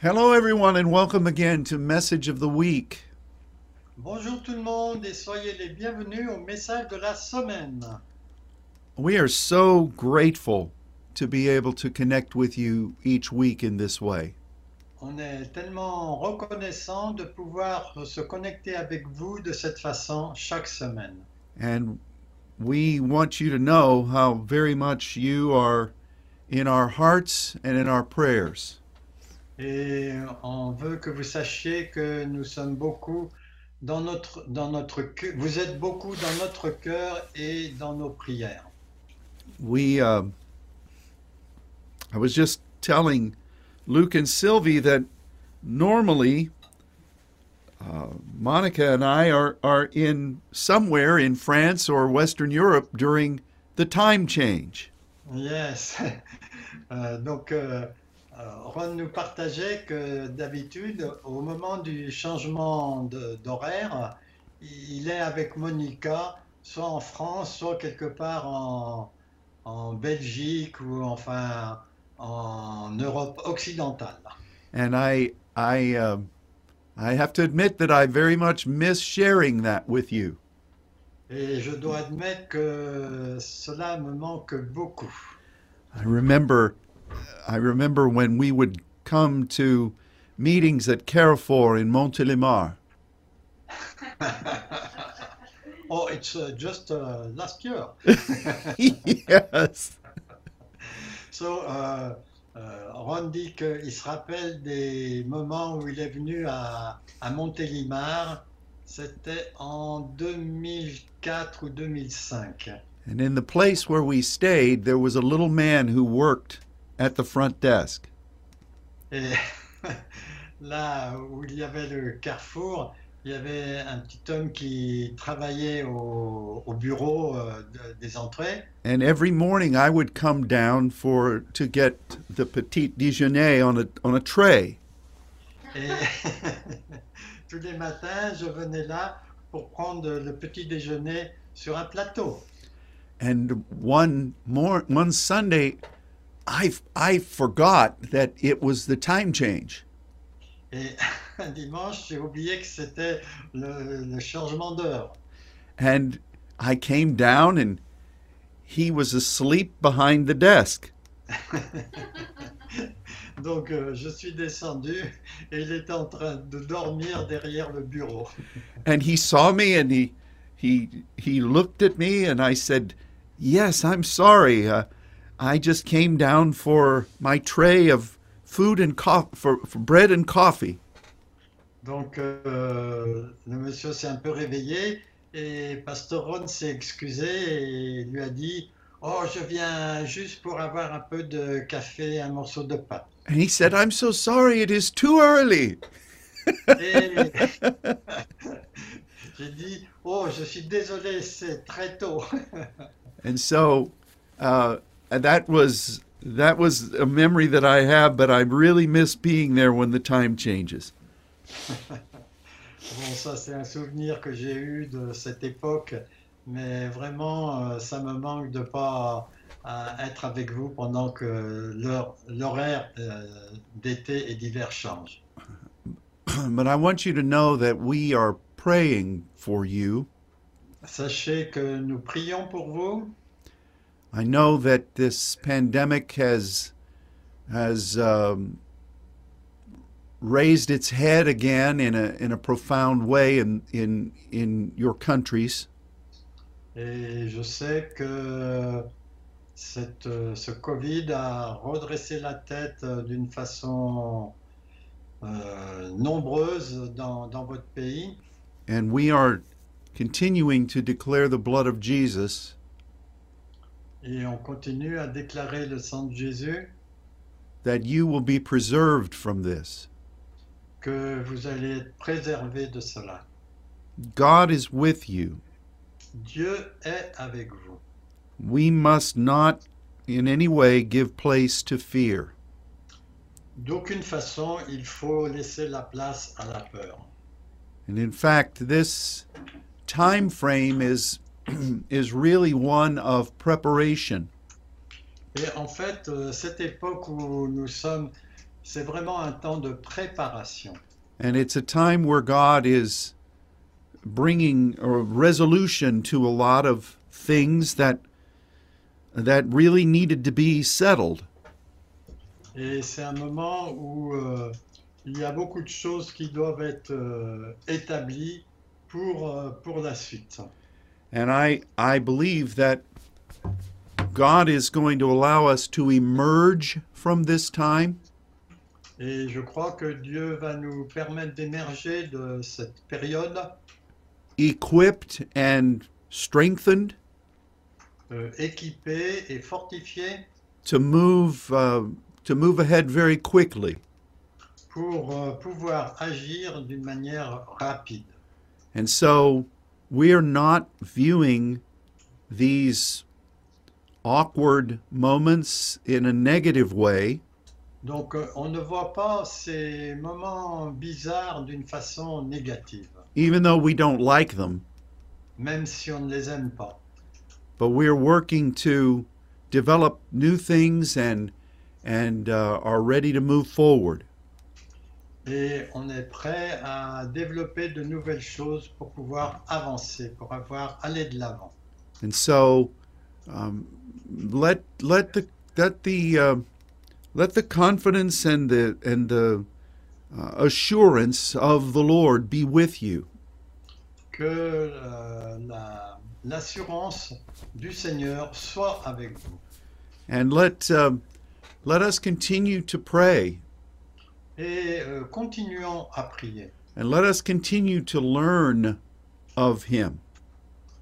Hello, everyone, and welcome again to Message of the Week. Bonjour tout le monde et soyez les bienvenus au message de la semaine. We are so grateful to be able to connect with you each week in this way. On est tellement reconnaissant de pouvoir se connecter avec vous de cette façon chaque semaine. And we want you to know how very much you are in our hearts and in our prayers. Et on veut que vous sachiez que nous sommes beaucoup dans notre, dans notre, cœur- vous êtes beaucoup dans notre cœur et dans nos prières. We, uh, I was just telling Luke and Sylvie that normally uh, Monica and I are, are in somewhere in France or Western Europe during the time change. Yes. Euh, donc, euh, euh, Ron nous partageait que d'habitude, au moment du changement de- d'horaire, il est avec Monica, soit en France, soit quelque part en, en Belgique ou enfin en Europe occidentale. and I I um, I have to admit that I very much miss sharing that with you. Et je dois admettre que cela me manque beaucoup. I remember I remember when we would come to meetings at Carrefour in Montélimar, oh, it's uh, just uh, last year. yes, So, euh, euh, Ron dit qu'il se rappelle des moments où il est venu à, à Montélimar. C'était en 2004 ou 2005. and in the place where we stayed, there was a little man who worked at the front desk, Et là où il y avait le carrefour, il y avait un petit homme qui travaillait au, au bureau euh, de- des entrées. and every morning I would come down for to get the petit déjeuner on a on a tray. Et tous les matins, je venais là pour prendre le petit déjeuner sur un plateau. And one more one Sunday, I I forgot that it was the time change, Et un dimanche, j'ai oublié que c'était le, le changement d'heure. and I came down and he was asleep behind the desk. Donc, euh, je suis descendu et il était en train de dormir derrière le bureau. And he saw me and he he he looked at me and I said, "Yes, I'm sorry. Uh, I just came down for my tray of food and coffee for, for bread and coffee." Donc, euh, le monsieur s'est un peu réveillé et Pastor Ron s'est excusé et lui a dit Oh, je viens juste pour avoir un peu de café et un morceau de pain. And he said, "I'm so sorry. It is too early." Et j'ai dit Oh, je suis désolé, c'est très tôt. And so uh, that was that was a memory that I have, but I really miss being there when the time changes. Bon, ça, c'est un souvenir que j'ai eu de cette époque, mais vraiment, euh, ça me manque de pas euh, être avec vous pendant que l'heure- l'horaire euh, d'été et d'hiver change. but I want you to know that we are praying for you. Sachez que nous prions pour vous. I know that this pandemic has has um, raised its head again in a in a profound way in in in your countries. Et je sais que cette, euh, ce Covid a redressé la tête euh, d'une façon euh, nombreuse dans- dans votre pays. And we are continuing to declare the blood of Jesus Et on continue à déclarer le sang de Jésus. that you will be preserved from this. que vous allez être préservé de cela. God is with you. Dieu est avec vous. We must not in any way give place to fear. D'aucune façon, il faut laisser la place à la peur. And in fact, this time frame is is really one of preparation. Et en fait, euh, cette époque où nous sommes C'est vraiment un temps de préparation. And it's a time where God is bringing a resolution to a lot of things that that really needed to be settled. Et c'est un moment où euh, il y a beaucoup de choses qui doivent être euh, établies pour, euh, pour la suite. And I I believe that God is going to allow us to emerge from this time Et je crois que Dieu va nous permettre d'émerger de cette période equipped and strengthened euh, équipés et fortifiés to move uh, to move ahead very quickly. pour euh, pouvoir agir d'une manière rapide. And so we are not viewing these awkward moments in a negative way, Donc euh, on ne voit pas ces moments bizarres d'une façon négative, even though we don't like them, même si on ne les aime pas. but we're working to develop new things and and uh, are ready to move forward. Et on est prêt à développer de nouvelles choses pour pouvoir avancer, pour avoir aller de l'avant. And so um, let let the let the uh, let the confidence and the and the uh, assurance of the Lord be with you. Que euh, la- l'assurance du Seigneur soit avec vous. And let um, let us continue to pray, Et euh, continuons à prier. and let us continue to learn of Him,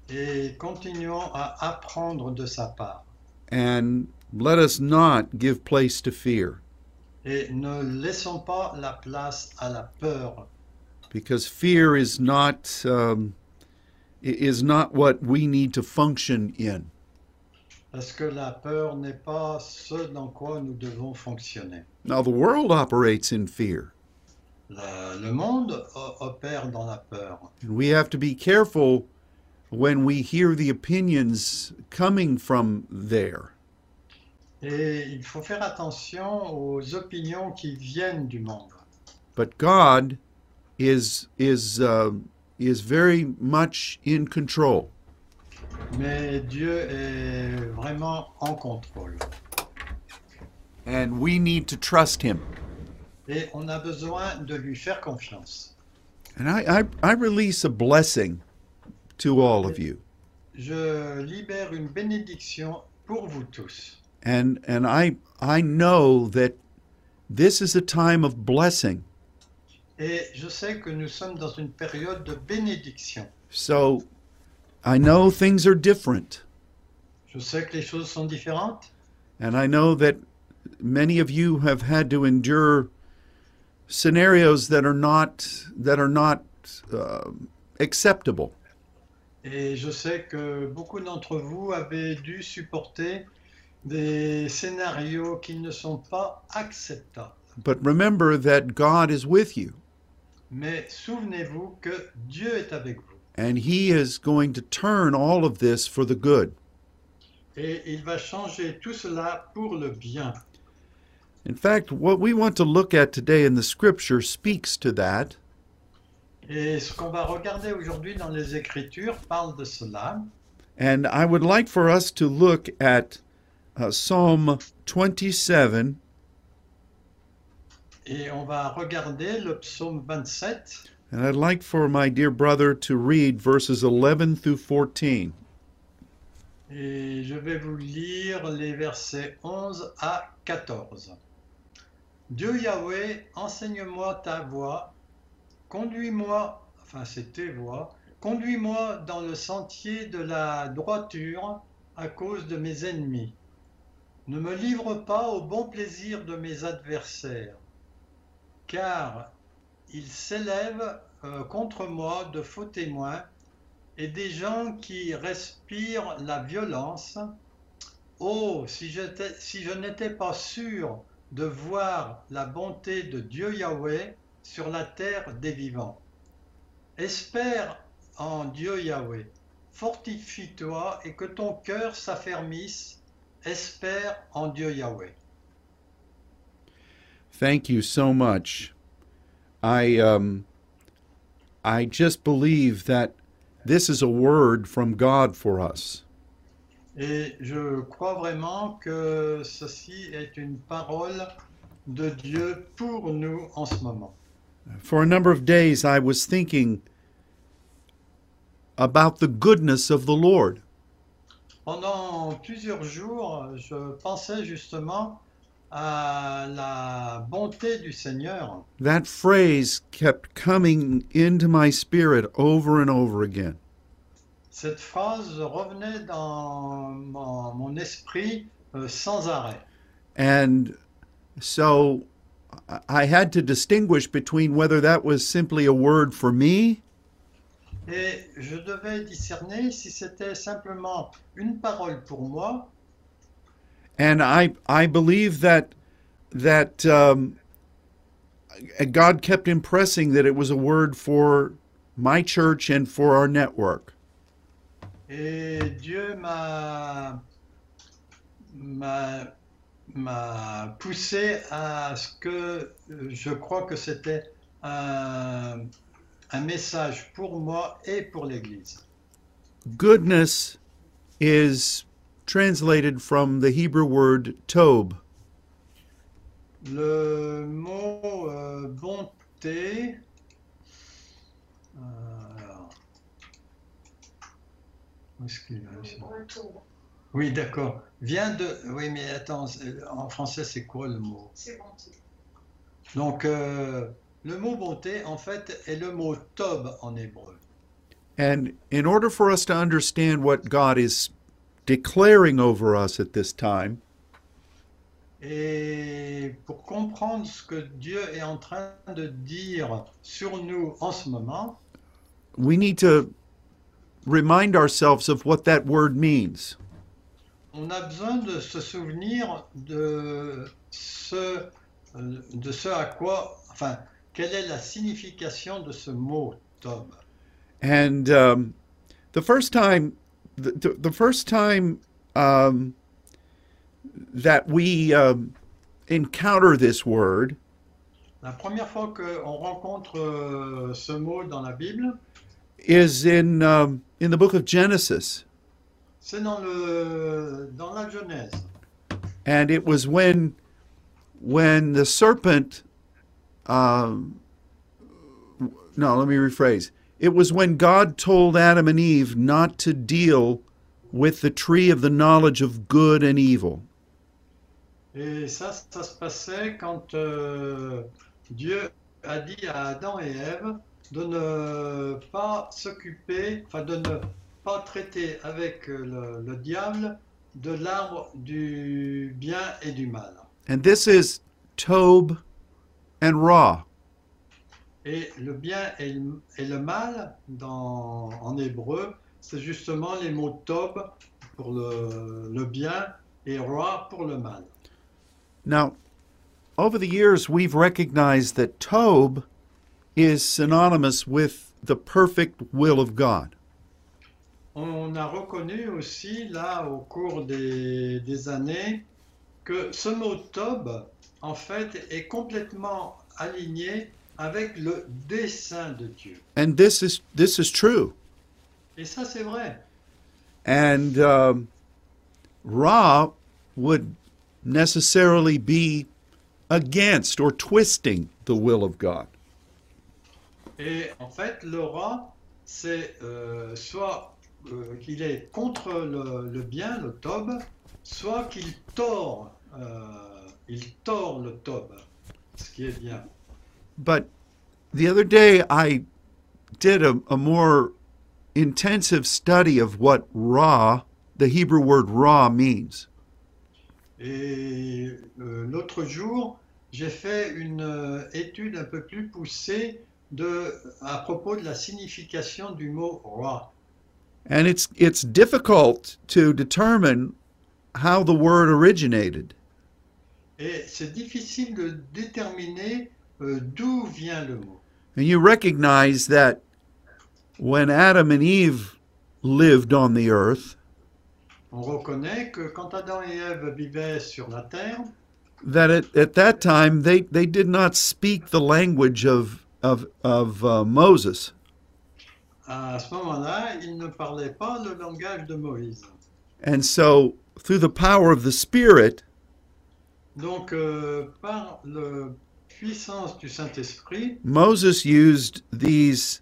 Et continuons à apprendre de sa part. and let us not give place to fear, Et ne laissons pas la place à la peur. because fear is not um, i- is not what we need to function in. Parce que la peur n'est pas ce dans quoi nous devons fonctionner. Now the world operates in fear, La- le monde o- opère dans la peur. and we have to be careful when we hear the opinions coming from there. Et il faut faire attention aux opinions qui viennent du monde. but God is is uh, is very much in control, Mais Dieu est vraiment en contrôle. and we need to trust Him. Et on a besoin de lui faire confiance. And I I, I release a blessing to all of you, Je libère une bénédiction pour vous tous. and and I I know that this is a time of blessing. Et je sais que nous sommes dans une période de bénédiction. So I know things are different, Je sais que les choses sont différentes. and I know that many of you have had to endure scenarios that are not that are not uh, acceptable. Et je sais que beaucoup d'entre vous avez dû supporter des scénarios qui ne sont pas acceptables. But remember that God is with you, Mais souvenez-vous que Dieu est avec vous and He is going to turn all of this for the good. et il va changer tout cela pour le bien. In fact, what we want to look at today in the scripture speaks to that. Et ce qu'on va regarder aujourd'hui dans les Écritures parle de cela. And I would like for us to look at uh, Psalm 27, Et on va regarder le psaume 27 and I'd like for my dear brother to read verses 11 through 14. et je vais vous lire les versets 11 à 14. Dieu Yahweh, enseigne-moi ta voie, conduis-moi, enfin c'est tes voies, conduis-moi dans le sentier de la droiture à cause de mes ennemis. Ne me livre pas au bon plaisir de mes adversaires, car ils s'élèvent euh, contre moi de faux témoins et des gens qui respirent la violence. Oh, si, j'étais- si je n'étais pas sûr de voir la bonté de Dieu Yahweh sur la terre des vivants. Espère en Dieu Yahweh, fortifie-toi et que ton cœur s'affermisse. Espère en Dieu Yahweh. Thank you so much. I um, I just believe that this is a word from God for us. Et je crois vraiment que ceci est une parole de Dieu pour nous en ce moment. For a number of days, I was thinking about the goodness of the Lord. Pendant plusieurs jours, je pensais justement à la bonté du Seigneur. That phrase kept coming into my spirit over and over again. Cette phrase revenait dans mon, mon esprit euh, sans arrêt. And so I- I had to distinguish between whether that was simply a word for me Et je devais discerner si c'était simplement une parole pour moi and I I believe that that um, God kept impressing that it was a word for my church and for our network. Et Dieu m'a m'a m'a poussé à ce que euh, je crois que c'était un, un message pour moi et pour l'Église. Goodness is translated from the Hebrew word tob, Le mot euh, bonté, euh, alors, où est-ce qu'il est, ce- Oui, d'accord. Vient de. Oui, mais attends, c'est- en français, c'est quoi le mot? C'est gentil. Donc, euh, le mot bonté, en fait, est le mot tob en hébreu. and in order for us to understand what God is declaring over us at this time, Et pour comprendre ce que Dieu est en train de dire sur nous en ce moment, we need to remind ourselves of what that word means. on a besoin de se souvenir de ce, euh, de ce à quoi, enfin, quelle est la signification de ce mot tob. And um, the first time, the, the, the first time um, that we um, encounter this word La première fois qu'on rencontre euh, ce mot dans la Bible, is in um, in the book of Genesis, c'est dans le, dans la Genèse. and it was when when the serpent. Um, no, let me rephrase. It was when God told Adam and Eve not to deal with the tree of the knowledge of good and evil. Et ça, ça se passait quand euh, Dieu a dit à Adam et Ève de ne pas s'occuper, enfin de ne pas traiter avec euh, le, le diable de l'arbre du bien et du mal. And this is Tob and Ra. Et le bien et le, et le mal, dans- en hébreu, c'est justement les mots tob pour le, le bien et roi pour le mal. Now, over the years, we've recognized that Tob is synonymous with the perfect will of God. On a reconnu aussi, là, au cours des, des années, que ce mot Tob, en fait, est complètement aligné avec le dessein de Dieu. And this is this is true. Et ça, c'est vrai. And um, Ra would necessarily be against or twisting the will of God. Et en fait, le rat, c'est euh, soit euh, qu'il est contre le, le bien, le Tob, soit qu'il tord, euh, il tord le Tob, ce qui est bien. But the other day, I did a, a more intensive study of what Ra, the Hebrew word Ra, means. Et euh, l'autre jour, j'ai fait une euh, étude un peu plus poussée de, à propos de la signification du mot roi. And it's, it's difficult to determine how the word originated. Et c'est difficile de déterminer euh, d'où vient le mot. And you recognize that when Adam and Eve lived on the earth, On reconnaît que quand Adam et Ève vivaient sur la terre, that at, at that time they, they did not speak the language of, of, of uh, Moses. À ce moment-là, ils ne parlaient pas le langage de Moïse. And so, through the power of the Spirit, Donc, euh, par la puissance du Saint-Esprit, Moses used these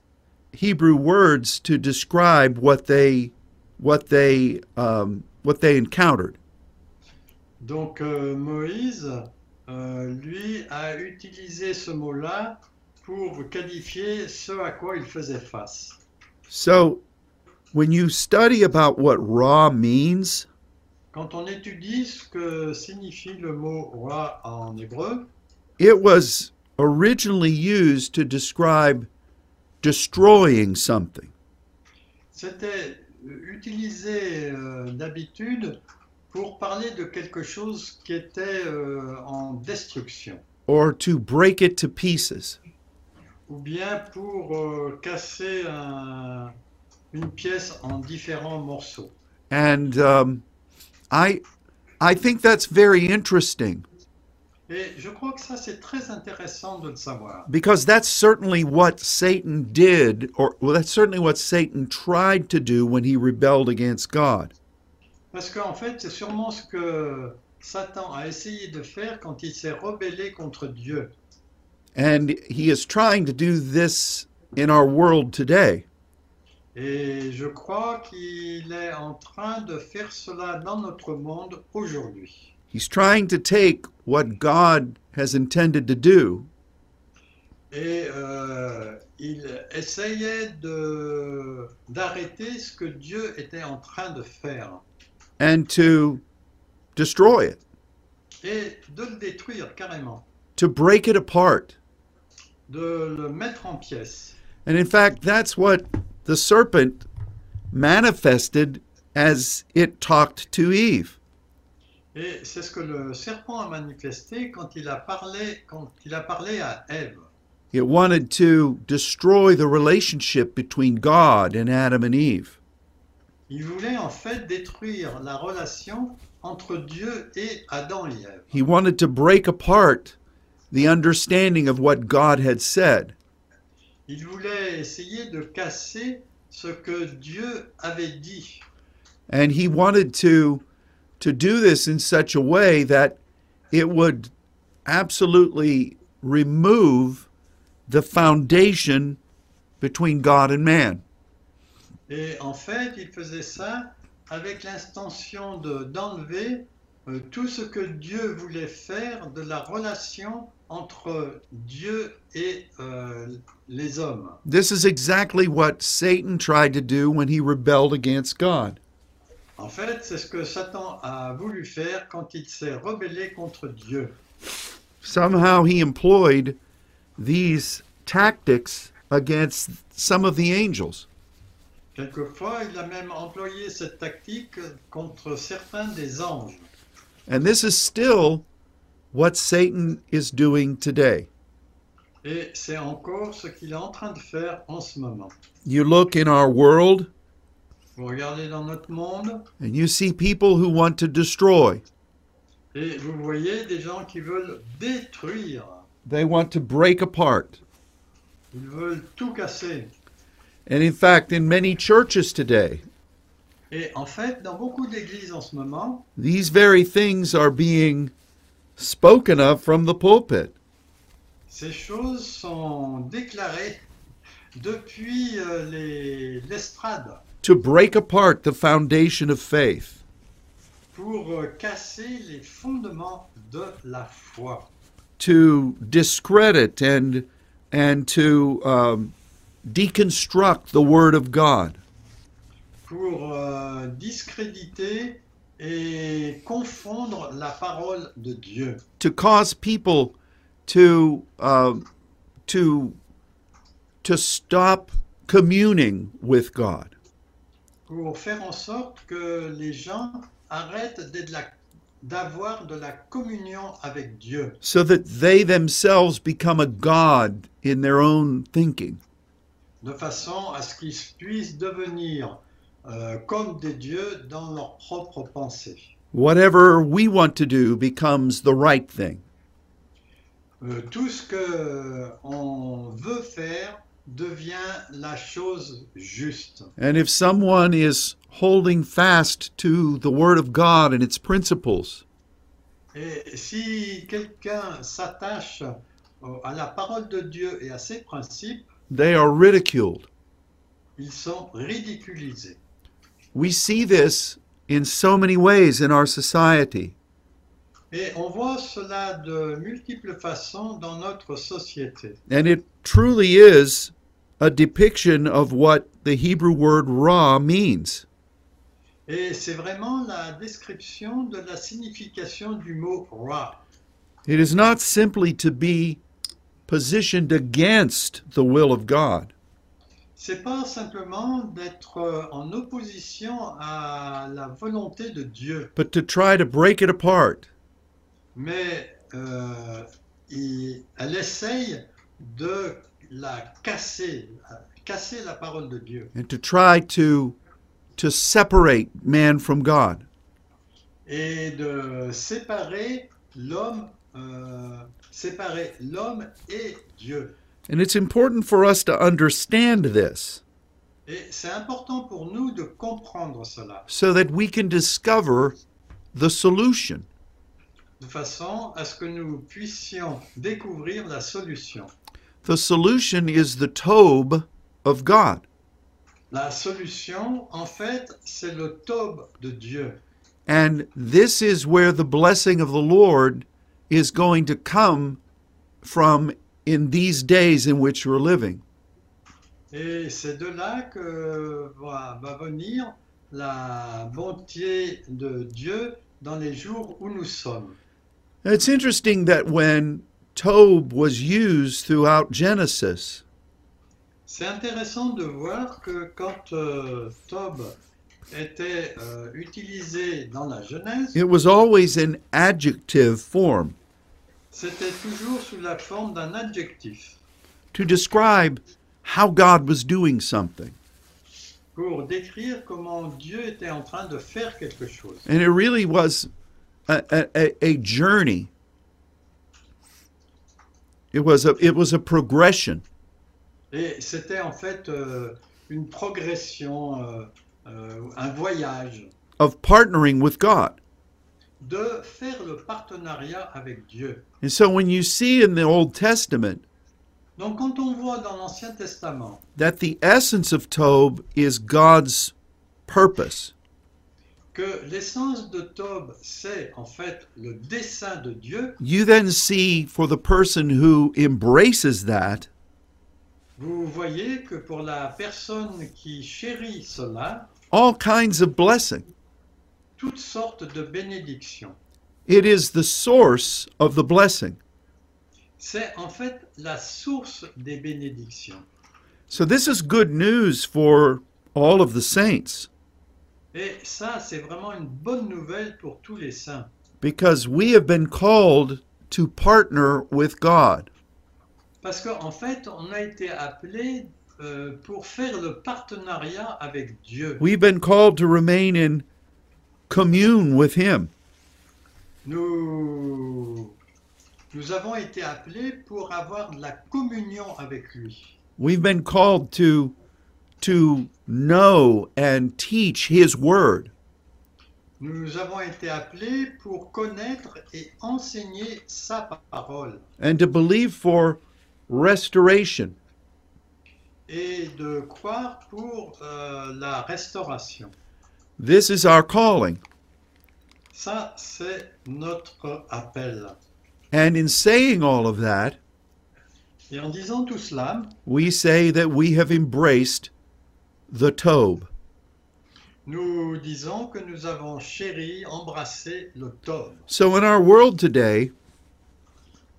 Hebrew words to describe what they, what they, um, what they encountered. donc euh, Moïse, euh, lui, a utilisé ce mot-là pour qualifier ce à quoi il faisait face. So, when you study about what raw means, Quand on étudie ce que signifie le mot roi en hébreu, it was originally used to describe destroying something. C'était utilisé euh, d'habitude pour parler de quelque chose qui était euh, en destruction, or to break it to pieces. ou bien pour euh, casser un- une pièce en différents morceaux. And um, I, I think that's very interesting Et je crois que ça, c'est très intéressant de le savoir, because that's certainly what Satan did, or well, that's certainly what Satan tried to do when he rebelled against God. parce qu'en fait, c'est sûrement ce que Satan a essayé de faire quand il s'est rebellé contre Dieu. And he is trying to do this in our world today. Et je crois qu'il est en train de faire cela dans notre monde aujourd'hui. He's trying to take what God has intended to do Et euh, il essayait de- d'arrêter ce que Dieu était en train de faire and to destroy it, et de le détruire carrément, to break it apart. de le mettre en pièces. And in fact, that's what the serpent manifested as it talked to Eve. Et c'est ce que le serpent a manifesté quand il a parlé, quand il a parlé à Ève. It wanted to destroy the relationship between God and Adam and Eve. Il voulait en fait détruire la relation entre Dieu et Adam et Ève. He wanted to break apart the understanding of what God had said. Il voulait essayer de casser ce que Dieu avait dit. And he wanted to to do this in such a way that it would absolutely remove the foundation between God and man. Et en fait, il faisait ça avec l'intention de- d'enlever euh, tout ce que Dieu voulait faire de la relation entre Dieu et euh, les hommes. This is exactly what Satan tried to do when he rebelled against God. En fait, c'est ce que Satan a voulu faire quand il s'est rebellé contre Dieu. Somehow he employed these tactics against some of the angels. Quelquefois, il a même employé cette tactique contre certains des anges. And this is still what Satan is doing today. Et c'est encore ce qu'il est en train de faire en ce moment. You look in our world Vous regardez dans notre monde and you see people who want to destroy, et vous voyez des gens qui veulent détruire. they want to break apart. Ils veulent tout casser. And in fact, in many churches today, Et en fait, dans beaucoup d'églises en ce moment, these very things are being spoken of from the pulpit. ces choses sont déclarées depuis euh, les- l'estrade to break apart the foundation of faith. pour euh, casser les fondements de la foi, to discredit and and to um, deconstruct the word of God. pour euh, discréditer et confondre la parole de Dieu. To cause people to um, to to stop communing with God. pour faire en sorte que les gens arrêtent d'être la- d'avoir de la communion avec Dieu, So that they themselves become a God in their own thinking. de façon à ce qu'ils puissent devenir euh, comme des dieux dans leur propre pensée. whatever we want to do becomes the right thing. Euh, tout ce que euh, on veut faire devient la chose juste. And if someone is holding fast to the Word of God and its principles, Et si quelqu'un s'attache euh, à la parole de Dieu et à ses principes, they are ridiculed. ils sont ridiculisés. We see this in so many ways in our society. Et on voit cela de multiples façons dans notre société. And it truly is a depiction of what the Hebrew word ra means. Et c'est vraiment la description de la signification du mot roi. It is not simply to be positioned against the will of God, C'est pas simplement d'être euh, en opposition à la volonté de Dieu, but to try to break it apart. mais euh, il- elle essaye de la casser, euh, casser la parole de Dieu and to try to to separate man from God. et de séparer l'homme, euh, séparer l'homme et Dieu. And it's important for us to understand this Et c'est important pour nous de comprendre cela. so that we can discover the solution. de façon à ce que nous puissions découvrir la solution. The solution is the Tob of God. La solution, en fait, c'est le tobe de Dieu. And this is where the blessing of the Lord is going to come from in these days in which we're living. Et c'est de là que va, va venir la bonté de Dieu dans les jours où nous sommes. Now, It's interesting that when Tob was used throughout Genesis, C'est intéressant de voir que quand euh, Tob était euh, utilisé dans la Genèse, it was always in adjective form. c'était toujours sous la forme d'un adjectif. to describe how God was doing something. pour décrire comment Dieu était en train de faire quelque chose. And it really was a, a- a, a journey. It was a it was a progression. Et c'était en fait euh, une progression, euh, euh, un voyage of partnering with God. de faire le partenariat avec Dieu. And so when you see in the Old Testament Donc quand on voit dans l'Ancien Testament that the essence of Tob is God's purpose, que l'essence de Tob, c'est en fait le dessein de Dieu, you then see for the person who embraces that, vous voyez que pour la personne qui chérit cela, all kinds of blessing. toutes sortes de bénédictions. It is the source of the blessing. C'est en fait la source des bénédictions. So this is good news for all of the saints Et ça, c'est vraiment une bonne nouvelle pour tous les saints, because we have been called to partner with God. parce qu'en fait, on a été appelé euh, pour faire le partenariat avec Dieu. We've been called to remain in commune with him. Nous, nous avons été appelés pour avoir de la communion avec lui. We've been called to to know and teach his word. Nous avons été appelés pour connaître et enseigner sa parole and to believe for restoration. et de croire pour euh, la restauration. This is our calling. Ça, c'est notre appel. And in saying all of that, Et en disant tout cela, we say that we have embraced the Tob. Nous disons que nous avons chéri, embrassé le tome. So in our world today,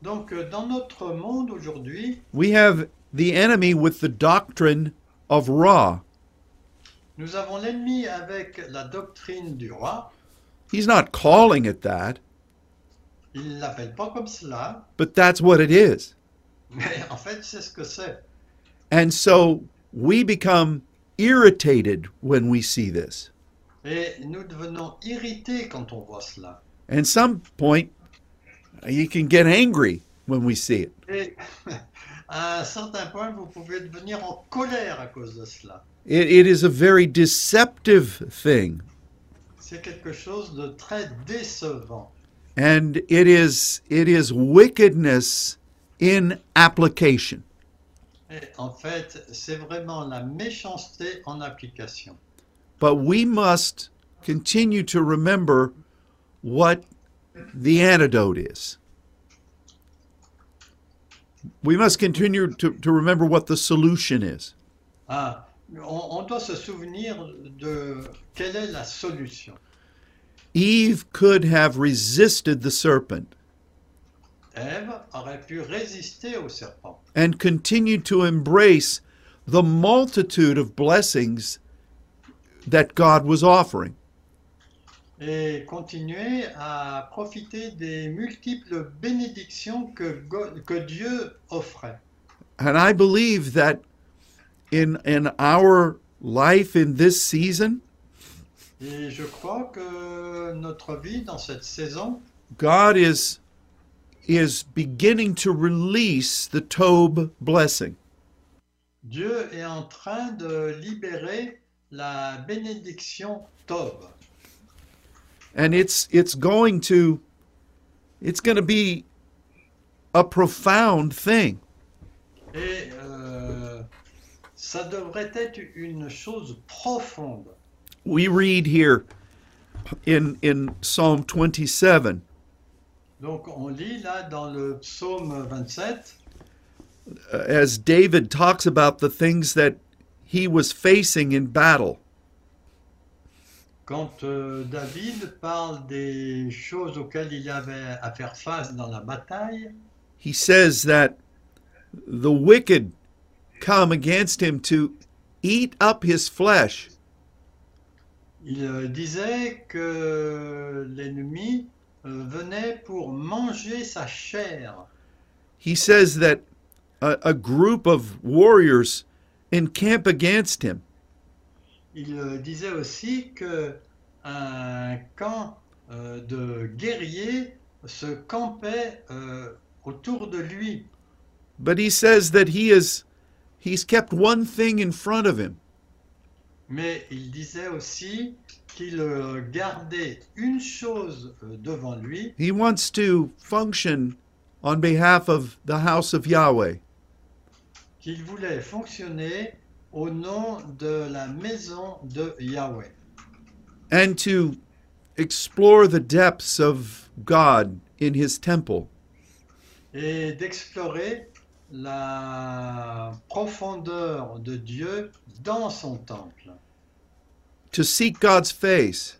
Donc, euh, dans notre monde aujourd'hui, we have the enemy with the doctrine of Ra. nous avons l'ennemi avec la doctrine du roi. He's not calling it that, Il ne l'appelle pas comme cela, but that's what it is. mais en fait, c'est ce que c'est. And so we become irritated when we see this. Et nous devenons irrités quand on voit cela. And some point, you can get angry when we see it. Et à un certain point, vous pouvez devenir en colère à cause de cela. It, it is a very deceptive thing, C'est quelque chose de très décevant. and it is it is wickedness in application. Et en fait, c'est vraiment la méchanceté en application. But we must continue to remember what the antidote is. We must continue to, to remember what the solution is. Ah, on, on doit se souvenir de quelle est la solution. Eve could have resisted the serpent Ève aurait pu résister au serpent and continued to embrace the multitude of blessings that God was offering. et continuer à profiter des multiples bénédictions que, Go- que Dieu offrait. And I believe that in in our life in this season, Et je crois que notre vie dans cette saison, God is is beginning to release the Tob blessing. Dieu est en train de libérer la bénédiction Tob. And it's it's going to it's going to be a profound thing. Et euh, ça devrait être une chose profonde. We read here in in Psalm 27 Donc on lit là dans le psaume 27. uh, as David talks about the things that he was facing in battle. Quand euh, David parle des choses auxquelles il avait à faire face dans la bataille, He says that the wicked come against him to eat up his flesh. il euh, disait que l'ennemi euh, venait pour manger sa chair. He says that a, a group of warriors encamp against him. Il euh, disait aussi que un camp euh, de guerriers se campait euh, autour de lui. But he says that he is he's kept one thing in front of him, Mais il disait aussi qu'il euh, gardait une chose euh, devant lui, He wants to function on behalf of the house of Yahweh. qu'il voulait fonctionner au nom de la maison de Yahweh and to explore the depths of God in his temple. et d'explorer la profondeur de Dieu dans son temple To seek God's face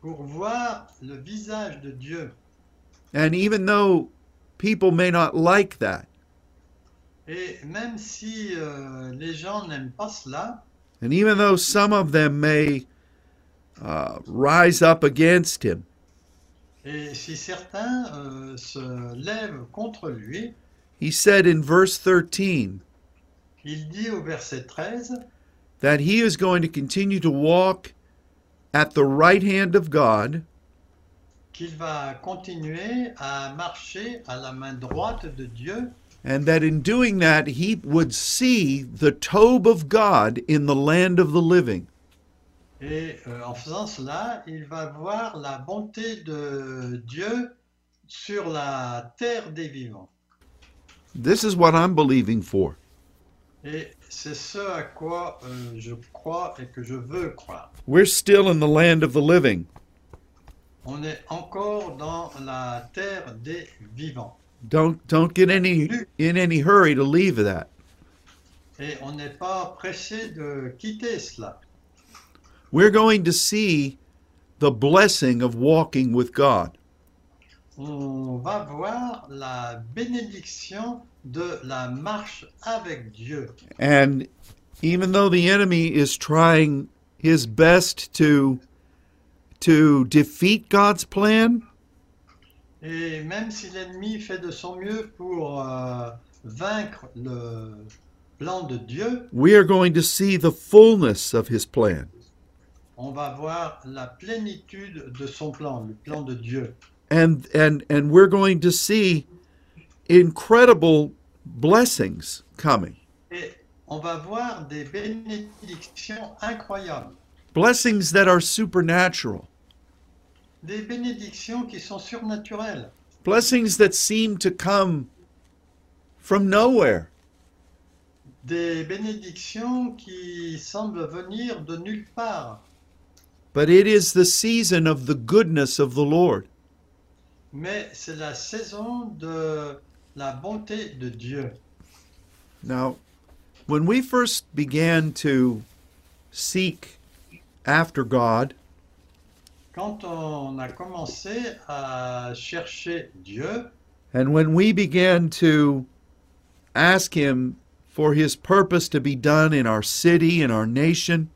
pour voir le visage de Dieu. And even though people may not like that, Et même si euh, les gens n'aiment pas cela, and even though some of them may uh, rise up against him, et si certains euh, se lèvent contre lui, he said in verse 13 il dit au verset 13, that he is going to continue to walk at the right hand of God qu'il va continuer à marcher à la main droite de Dieu and that in doing that he would see the tobe of God in the land of the living. et euh, en faisant cela, il va voir la bonté de Dieu sur la terre des vivants. This is what I'm believing for. Et c'est ce à quoi euh, je crois et que je veux croire. We're still in the land of the living. On est encore dans la terre des vivants. Don't don't get any in any hurry to leave that. Et on n'est pas pressé de quitter cela. We're going to see the blessing of walking with God. On va voir la bénédiction de la marche avec Dieu. And even though the enemy is trying his best to to defeat God's plan, Et même si l'ennemi fait de son mieux pour euh, vaincre le plan de Dieu, we are going to see the fullness of his plan. on va voir la plénitude de son plan, le plan de Dieu. and and and we're going to see incredible blessings coming Et on va voir des bénédictions incroyables, blessings that are supernatural des bénédictions qui sont surnaturelles, blessings that seem to come from nowhere des bénédictions qui semblent venir de nulle part. but it is the season of the goodness of the lord Mais c'est la saison de la bonté de Dieu. now when we first began to seek after god Quand on a commencé à chercher Dieu and when we began to ask him for his purpose to be done in our city in our nation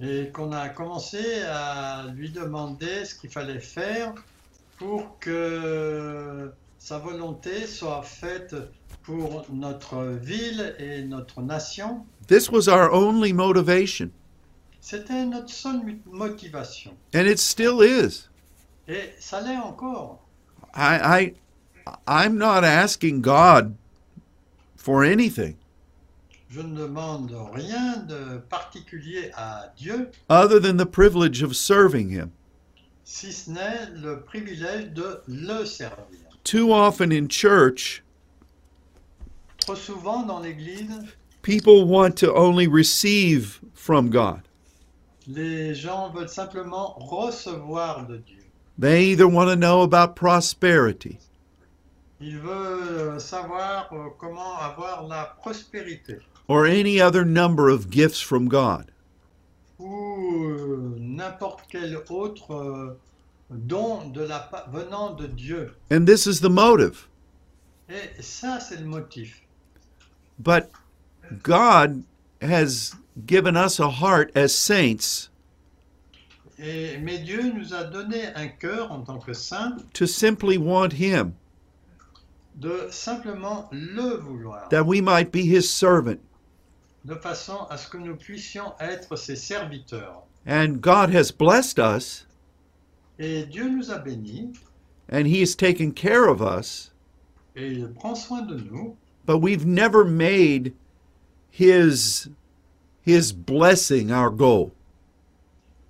et qu'on a commencé à lui demander ce qu'il fallait faire pour que sa volonté soit faite pour notre ville et notre nation, This was our only motivation, c'était notre seule mu- motivation. and it still is. Et ça l'est encore. I, I, I'm not asking God for anything Je ne demande rien de particulier à Dieu, other than the privilege of serving Him. si ce n'est le privilège de le servir. Too often in church, Trop souvent dans l'Église, people want to only receive from God. les gens veulent simplement recevoir de Dieu. They either want to know about prosperity, Il veut euh, savoir euh, comment avoir la prospérité or any other number of gifts from God. ou euh, n'importe quel autre euh, don de la, pa- venant de Dieu. And this is the motive. Et ça, c'est le motif. But God has given us a heart as saints Et, mais Dieu nous a donné un cœur en tant que saint to simply want Him. de simplement le vouloir, that we might be his servant. de façon à ce que nous puissions être ses serviteurs. And God has blessed us, Et Dieu nous a bénis and he has taken care of us, et il prend soin de nous, but we've never made his his blessing our goal.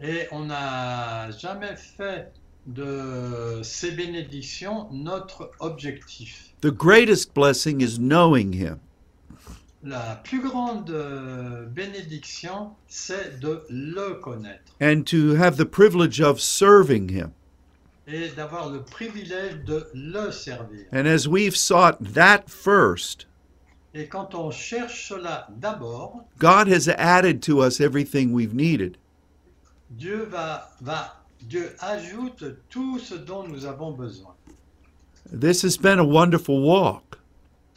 Et on n'a jamais fait de ces bénédictions notre objectif. The greatest blessing is knowing him. La plus grande euh, bénédiction, c'est de le connaître And to have the privilege of serving him. et d'avoir le privilège de le servir. And as we've sought that first, Et quand on cherche cela d'abord, God has added to us everything we've needed. Dieu va, va, Dieu ajoute tout ce dont nous avons besoin. This has been a wonderful walk.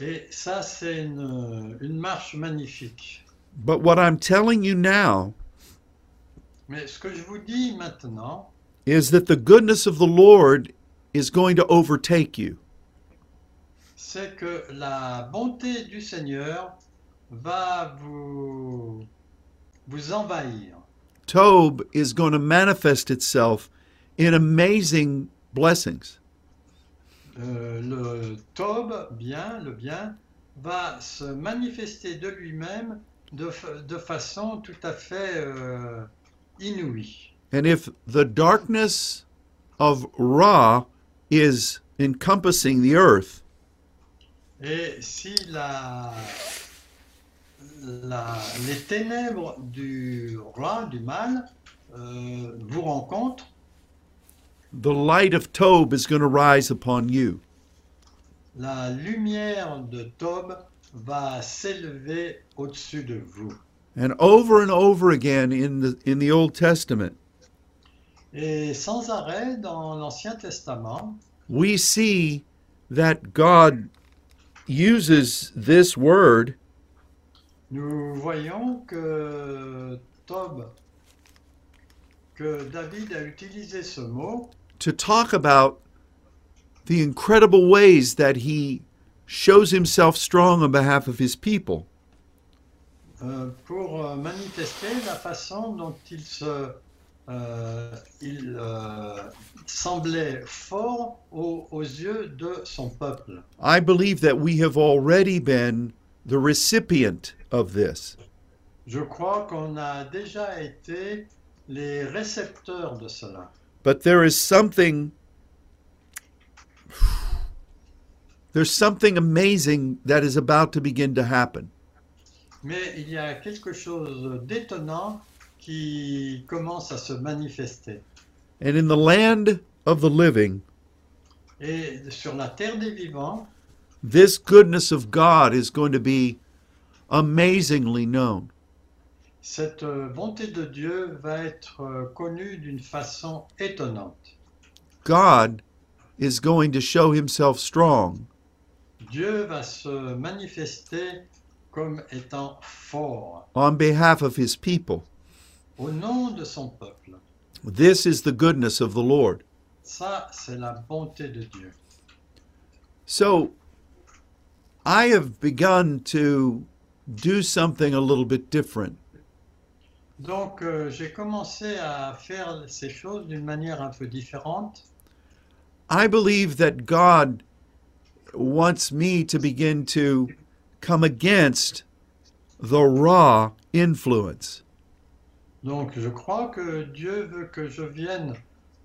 Et ça, c'est une, une marche magnifique. But what I'm telling you now Mais ce que je vous dis maintenant, is that the goodness of the Lord is going to overtake you. c'est que la bonté du Seigneur va vous, vous envahir. Tob is going to manifest itself in amazing blessings. Euh, le Tob, bien, le bien, va se manifester de lui-même de, fa- de façon tout à fait euh, inouïe. And if the darkness of Ra is encompassing the earth, Et si la, la- les ténèbres du roi, du mal, euh, vous rencontrent, the light of Tob is going to rise upon you. La lumière de Tob va s'élever au-dessus de vous. And over and over again in the in the Old Testament, Et sans arrêt, dans l'Ancien Testament, we see that God uses this word nous voyons que Tob, que David a utilisé ce mot to talk about the incredible ways that he shows himself strong on behalf of his people. euh, pour euh, manifester la façon dont il se euh, il euh, semblait fort aux, aux yeux de son peuple. I believe that we have already been the recipient of this. Je crois qu'on a déjà été les récepteurs de cela. But there is something there's something amazing that is about to begin to happen. Mais il y a quelque chose d'étonnant qui commence à se manifester. And in the land of the living, Et sur la terre des vivants, this goodness of God is going to be amazingly known. cette euh, bonté de Dieu va être euh, connue d'une façon étonnante. God is going to show himself strong Dieu va se manifester comme étant fort on behalf of his people. au nom de son peuple. This is the goodness of the Lord. Ça, c'est la bonté de Dieu. So I have begun to do something a little bit different. Donc, euh, j'ai commencé à faire ces choses d'une manière un peu différente. I believe that God wants me to begin to come against the raw influence. Donc, je crois que Dieu veut que je vienne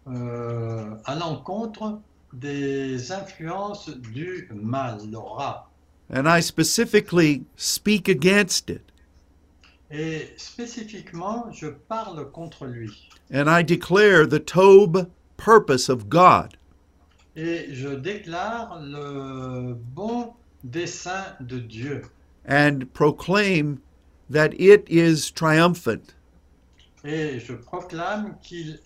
euh, à l'encontre des influences du mal, le rat. And I specifically speak against it. Et spécifiquement, je parle contre lui. And I declare the Tob purpose of God. Et je déclare le bon dessein de Dieu. and proclaim that it is triumphant. Et je proclame qu'il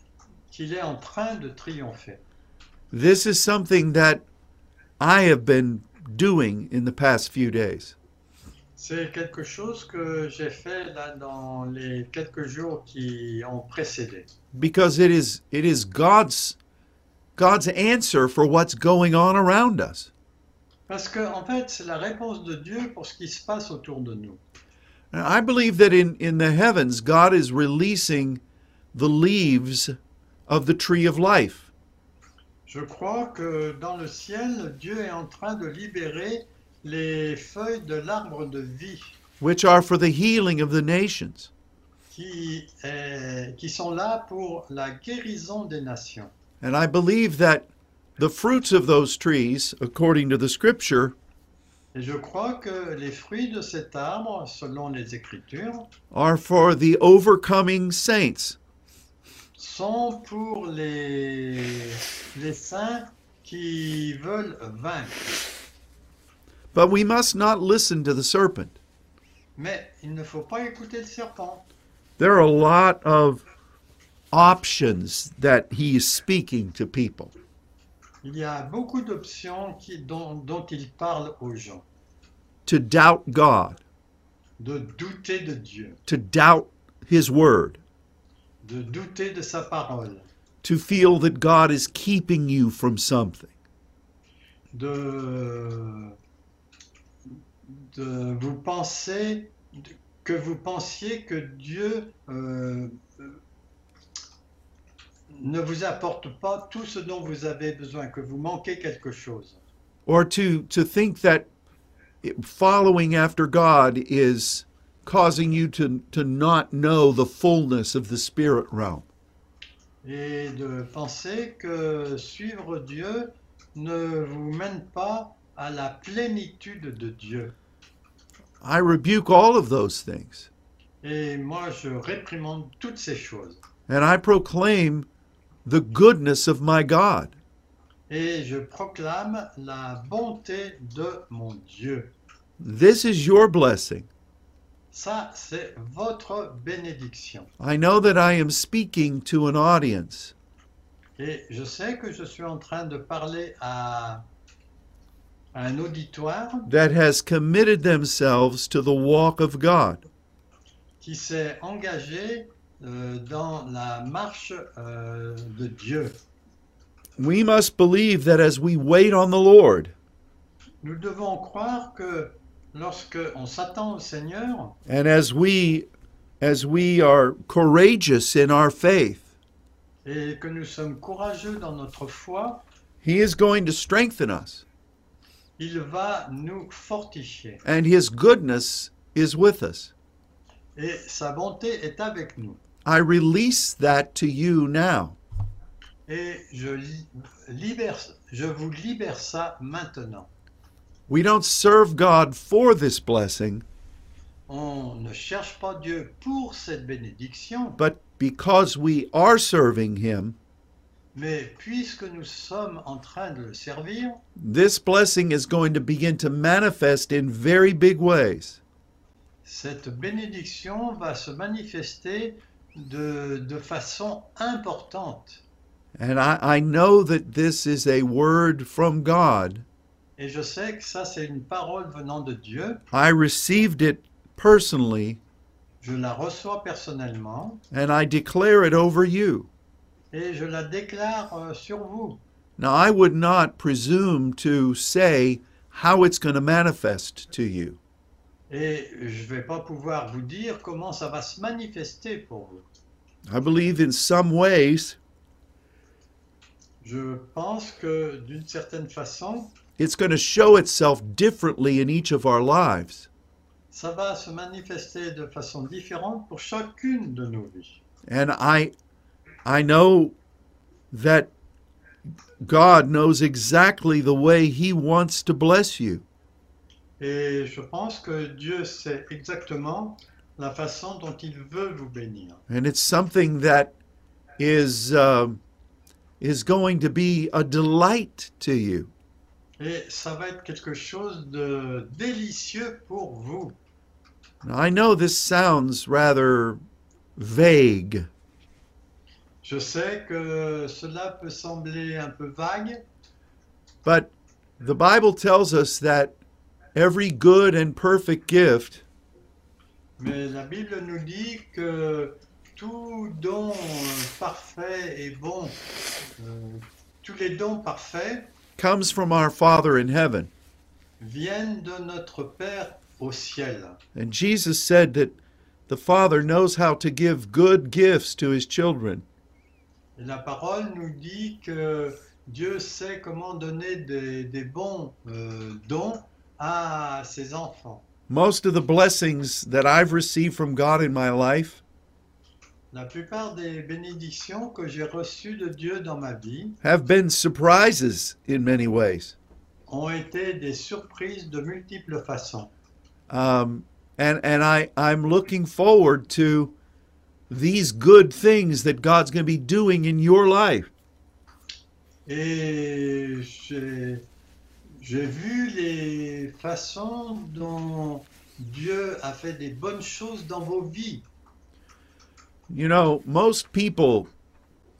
qu'il est en train de triompher. This is something that I have been doing in the past few days. C'est quelque chose que j'ai fait là dans les quelques jours qui ont précédé. because it is it is God's God's answer for what's going on around us. Parce que, en fait, c'est la réponse de Dieu pour ce qui se passe autour de nous. And I believe that in in the heavens God is releasing the leaves of the tree of life. Je crois que dans le ciel, Dieu est en train de libérer les feuilles de l'arbre de vie Which are for the healing of the nations. qui, est- qui sont là pour la guérison des nations. And I believe that the fruits of those trees, according to the scripture, Et je crois que les fruits de cet arbre, selon les Écritures, are for the overcoming saints. sont pour les, les saints qui veulent vaincre. But we must not listen to the serpent. Mais il ne faut pas écouter le serpent. There are a lot of options that he is speaking to people. Il y a beaucoup d'options qui- dont, dont il parle aux gens. To doubt God, De douter de Dieu, to doubt his word, de douter de sa parole, to feel that God is keeping you from something. de, de vous penser que vous pensiez que Dieu euh, euh, ne vous apporte pas tout ce dont vous avez besoin, que vous manquez quelque chose. Or to, to think that it- following after God is causing you to, to not know the fullness of the spirit realm. et de penser que suivre Dieu ne vous mène pas à la plénitude de Dieu. I rebuke all of those things. Et moi, je réprimande toutes ces choses. and I proclaim the goodness of my God. Et je proclame la bonté de mon Dieu. This is your blessing. Ça, c'est votre bénédiction. I know that I am speaking to an audience, Et je sais que je suis en train de parler à à un auditoire that has committed themselves to the walk of God. qui s'est engagé euh, dans la marche euh, de Dieu. We must believe that as we wait on the Lord Nous devons croire que lorsque on s'attend au Seigneur and as we as we are courageous in our faith, et que nous sommes courageux dans notre foi, He is going to strengthen us, il va nous fortifier and His goodness is with us. et sa bonté est avec nous. I release that to you now. Et je, li- libère, je vous libère ça maintenant. We don't serve God for this blessing, On ne cherche pas Dieu pour cette bénédiction, but because we are serving Him, mais puisque nous sommes en train de le servir, this blessing is going to begin to manifest in very big ways. cette bénédiction va se manifester de, de façon importante. And I, I know that this is a word from God. Et je sais que ça, c'est une parole venant de Dieu. I received it personally, Je la reçois personnellement and I declare it over you. et je la déclare euh, sur vous. Now, I would not presume to say how it's going to manifest to you, Et je ne vais pas pouvoir vous dire comment ça va se manifester pour vous. I believe in some ways Je pense que d'une certaine façon, it's going to show itself differently in each of our lives. ça va se manifester de façon différente pour chacune de nos vies. And I I know that God knows exactly the way he wants to bless you. Et je pense que Dieu sait exactement la façon dont il veut vous bénir. And it's something that is um is going to be a delight to you. Et ça va être quelque chose de délicieux pour vous. Now, I know this sounds rather vague, Je sais que cela peut sembler un peu vague, but the Bible tells us that every good and perfect gift mais la Bible nous dit que tout don euh, parfait et bon, euh, tous les dons parfaits comes from our Father in heaven. viennent de notre Père au ciel. And Jesus said that the Father knows how to give good gifts to his children. Et la parole nous dit que Dieu sait comment donner des, des bons euh, dons à ses enfants. Most of the blessings that I've received from God in my life La plupart des bénédictions que j'ai reçues de Dieu dans ma vie have been surprises in many ways. ont été des surprises de multiples façons. Um, and and I, I'm looking forward to these good things that God's going to be doing in your life. Et j'ai j'ai vu les façons dont Dieu a fait des bonnes choses dans vos vies. You know, most people,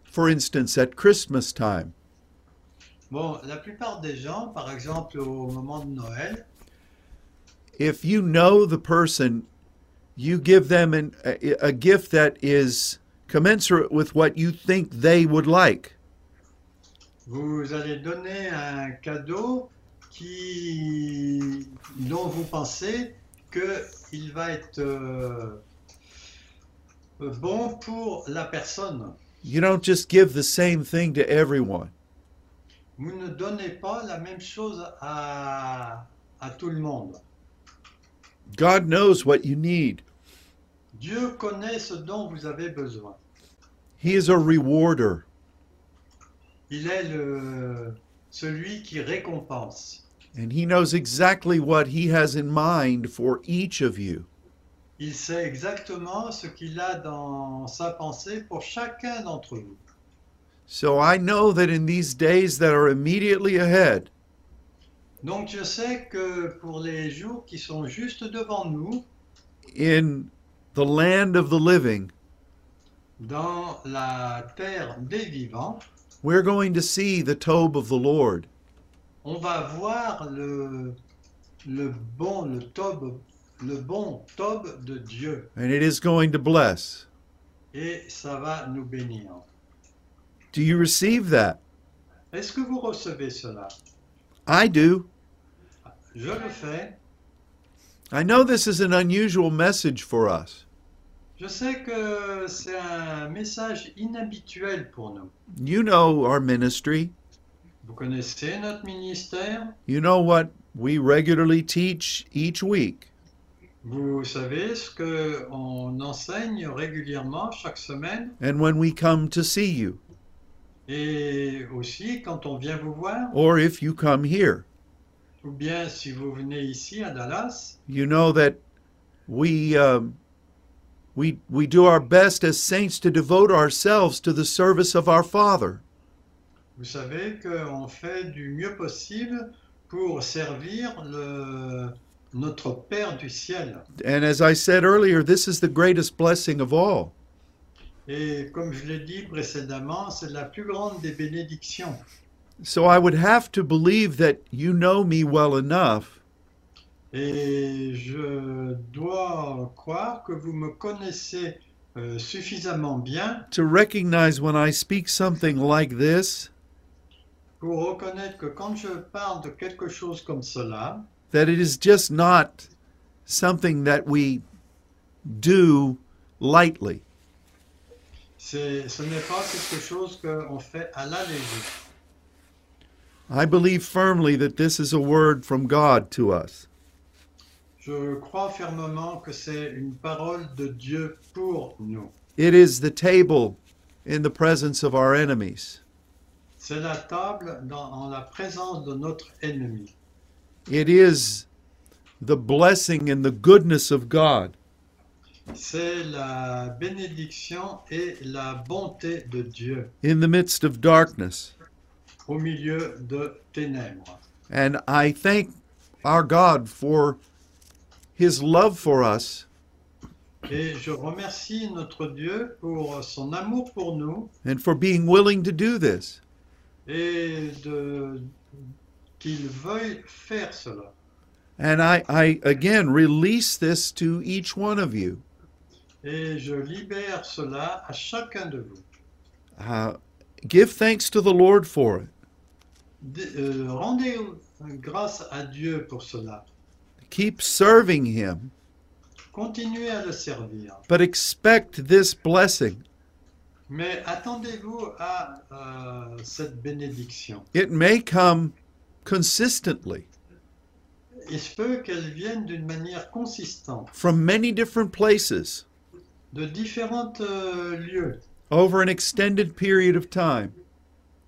for instance, at Christmas time, Bon, la plupart des gens, par exemple au moment de Noël, if you know the person, you give them an, a, a gift that is commensurate with what you think they would like. Vous allez donner un cadeau qui, dont vous pensez qu'il va être euh, bon pour la personne. You don't just give the same thing to everyone. Vous ne donnez pas la même chose à, à tout le monde. God knows what you need. Dieu connaît ce dont vous avez besoin. He is a rewarder. Il est le, celui qui récompense. And he knows exactly what he has in mind for each of you. Il sait exactement ce qu'il a dans sa pensée pour chacun d'entre vous. So I know that in these days that are immediately ahead, Donc je sais que pour les jours qui sont juste devant nous, in the land of the living, dans la terre des vivants, we're going to see the Tobe of the Lord. on va voir le, le bon, le tob, le bon tob de Dieu, And it is going to bless. et ça va nous bénir. Do you receive that? Est-ce que vous recevez cela I do. Je le fais. I know this is an unusual message for us. Je sais que c'est un message inhabituel pour nous. You know our ministry. Vous connaissez notre ministère. You know what we regularly teach each week. Vous savez ce que on enseigne régulièrement chaque semaine And when we come to see you, et aussi quand on vient vous voir or if you come here, ou bien si vous venez ici à Dallas. you know that we, um, we, we do our best as saints to devote ourselves to the service of our Father. Vous savez qu'on fait du mieux possible pour servir le- notre Père du ciel. And as I said earlier, this is the greatest blessing of all. Et comme je l'ai dit précédemment, c'est la plus grande des bénédictions. So I would have to believe that you know me well enough Et je dois croire que vous me connaissez euh, suffisamment bien to recognize when I speak something like this pour reconnaître que quand je parle de quelque chose comme cela, that it is just not something that we do lightly. c'est- ce n'est pas quelque chose qu'on fait à la légère. I believe firmly that this is a word from God to us. Je crois fermement que c'est une parole de Dieu pour nous. It is the table in the presence of our enemies. C'est la table dans, en la présence de notre ennemi. It is the blessing and the goodness of God. C'est la bénédiction et la bonté de Dieu in the midst of darkness. au milieu de ténèbres. And I thank our God for his love for us Et je remercie notre Dieu pour son amour pour nous and for being willing to do this. et de- qu'il veuille faire cela. And I, I again release this to each one of you. Et je libère cela à chacun de vous. Uh, give thanks to the Lord for it. D- euh, rendez grâce à Dieu pour cela. Keep serving him, Continuez à le servir. but expect this blessing. Mais attendez-vous à euh, cette bénédiction. It may come consistently Il se peut qu'elle vienne d'une manière consistante, from many different places de différents euh, lieux over an extended period of time.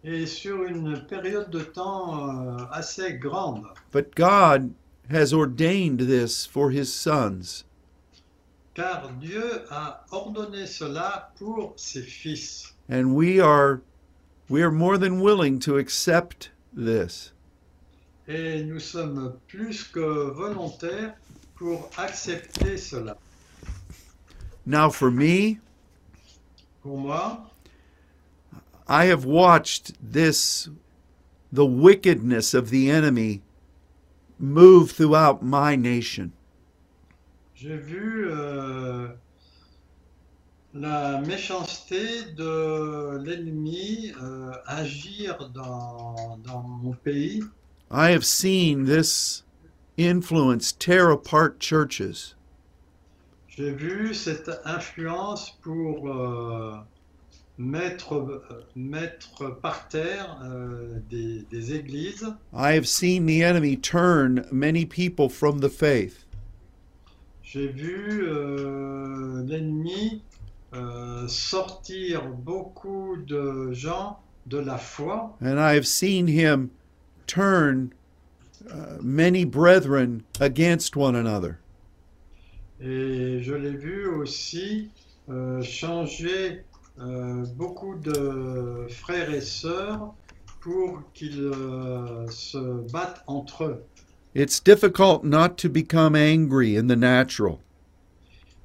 et sur une période de temps euh, assez grande. But God has ordained this for his sons. Car Dieu a ordonné cela pour ses fils. And we are we are more than willing to accept this. Et nous sommes plus que volontaires pour accepter cela. Now for me, Pour moi, I have watched this the wickedness of the enemy move throughout my nation. J'ai vu euh, la méchanceté de l'ennemi euh, agir dans, dans mon pays. I have seen this influence tear apart churches. J'ai vu cette influence pour euh, mettre, euh, mettre par terre euh, des, des églises. I have seen the enemy turn many people from the faith. J'ai vu euh, l'ennemi euh, sortir beaucoup de gens de la foi. And I have seen him turn uh, many brethren against one another. Et je l'ai vu aussi euh, changer euh, beaucoup de frères et sœurs pour qu'ils euh, se battent entre eux. It's difficult not to become angry in the natural,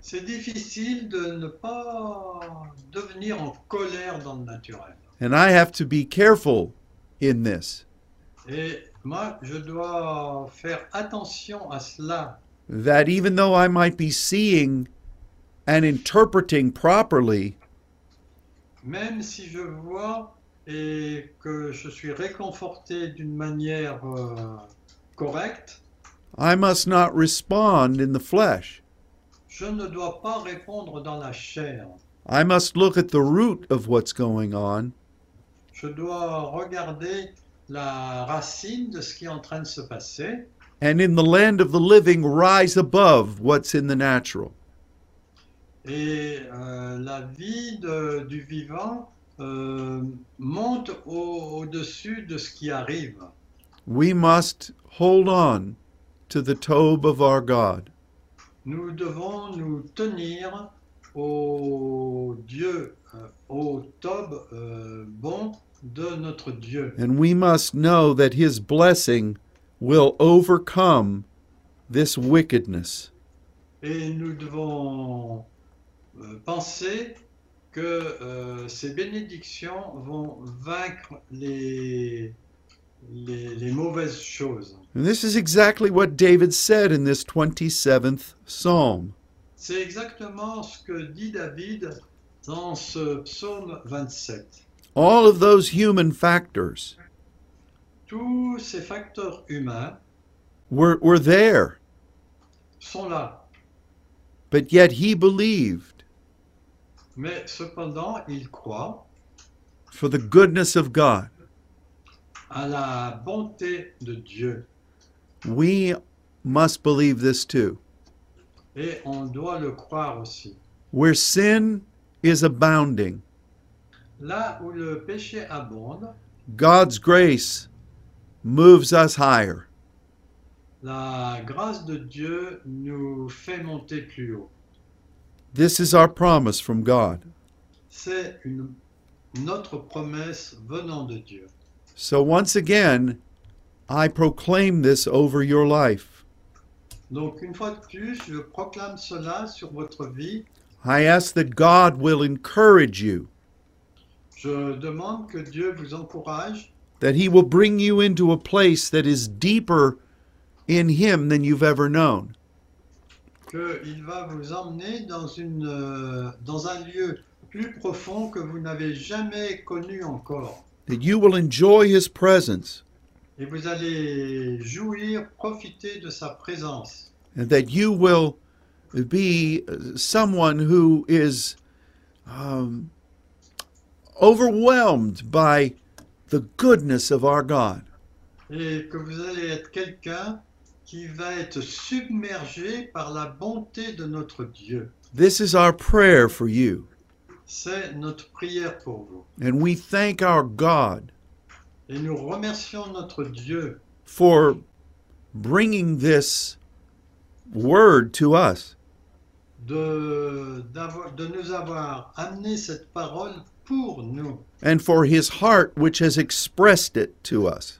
C'est difficile de ne pas devenir en colère dans le naturel. and I have to be careful in this Et moi, je dois faire attention à cela, that even though I might be seeing and interpreting properly, même si je vois et que je suis réconforté d'une manière euh, correcte. I must not respond in the flesh. Je ne dois pas répondre dans la chair. I must look at the root of what's going on Je dois regarder la racine de ce qui est en train de se passer and in the land of the living rise above what's in the natural. et euh, la vie de- du vivant euh, monte au- au-dessus de ce qui arrive. We must hold on to the Tob of our God. Nous devons nous tenir au Dieu, euh, au Tob euh, bon de notre Dieu. And we must know that his blessing will overcome this wickedness. Et nous devons euh, penser que euh, ces bénédictions vont vaincre les, les, les mauvaises choses. And this is exactly what David said in this 27th psalm. C'est exactement ce que dit David dans ce psaume 27. All of those human factors Tous ces facteurs humains were, were there, sont là. but yet he believed Mais cependant, il croit for the goodness of God. à la bonté de Dieu. We must believe this too. Et on doit le croire aussi. Where sin is abounding, Là où le péché abonde, God's grace moves us higher. la grâce de Dieu nous fait monter plus haut. This is our promise from God. C'est une, notre promesse venant de Dieu. So once again, I proclaim this over your life. Donc une fois de plus, je proclame cela sur votre vie. I ask that God will encourage you, Je demande que Dieu vous encourage, that He will bring you into a place that is deeper in Him than you've ever known. qu'il va vous emmener dans, une, euh, dans un lieu plus profond que vous n'avez jamais connu encore. that you will enjoy his presence Et vous allez jouir, profiter de sa présence. and that you will be uh, someone who is um, overwhelmed by the goodness of our God. Et que vous allez être quelqu'un qui va être submergé par la bonté de notre Dieu. This is our prayer for you, C'est notre prière pour vous. and we thank our God Et nous remercions notre Dieu for bringing this word to us. de, d'avoir- de nous avoir amené cette parole pour nous And for his heart, which has expressed it to us.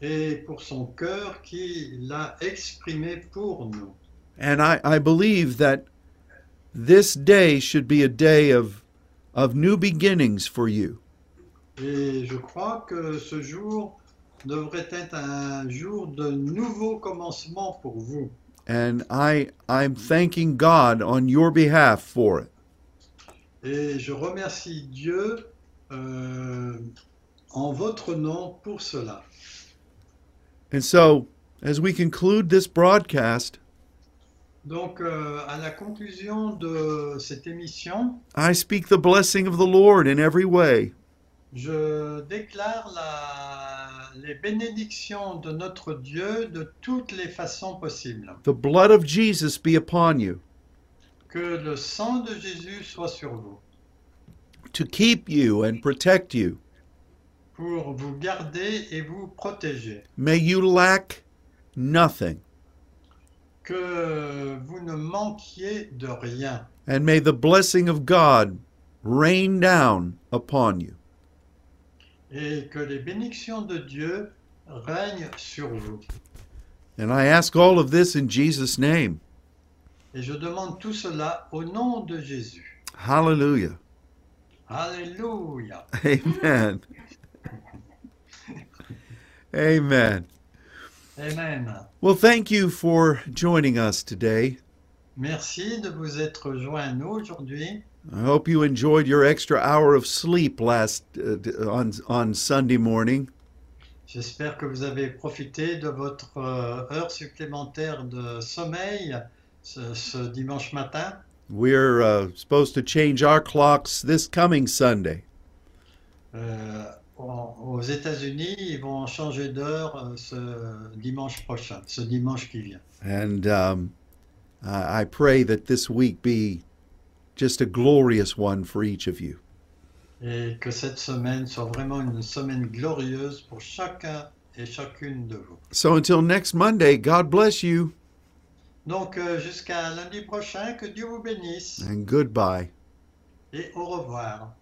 et pour son cœur qui l'a exprimé pour nous. And I, I believe that this day should be a day of, of new beginnings for you. Et je crois que ce jour devrait être un jour de nouveau commencement pour vous. And I, I'm thanking God on your behalf for it. Et je remercie Dieu euh, en votre nom pour cela. And so, as we conclude this broadcast, Donc, euh, à la conclusion de cette émission, I speak the blessing of the Lord in every way. je déclare la- les bénédictions de notre Dieu de toutes les façons possibles. The blood of Jesus be upon you Que le sang de Jésus soit sur vous to keep you and protect you. pour vous garder et vous protéger. May you lack nothing. que vous ne manquiez de rien And may the blessing of God rain down upon you. et que les bénédictions de Dieu règnent sur vous. And I ask all of this in Jesus' name. Et je demande tout cela au nom de Jésus. Hallelujah. Alléluia. Amen. Amen. Amen. Well, thank you for joining us today. Merci de vous être joint à nous aujourd'hui. I hope you enjoyed your extra hour of sleep last uh, d- on on Sunday morning. J'espère que vous avez profité de votre euh, heure supplémentaire de sommeil ce, ce dimanche matin. We're uh, supposed to change our clocks this coming Sunday. Euh, en- aux États-Unis, ils vont changer d'heure euh, ce dimanche prochain, ce dimanche qui vient. And um, I I pray that this week be just a glorious one for each of you. Et que cette semaine soit vraiment une semaine glorieuse pour chacun et chacune de vous. So until next Monday, God bless you Donc euh, jusqu'à lundi prochain, que Dieu vous bénisse and goodbye. et au revoir.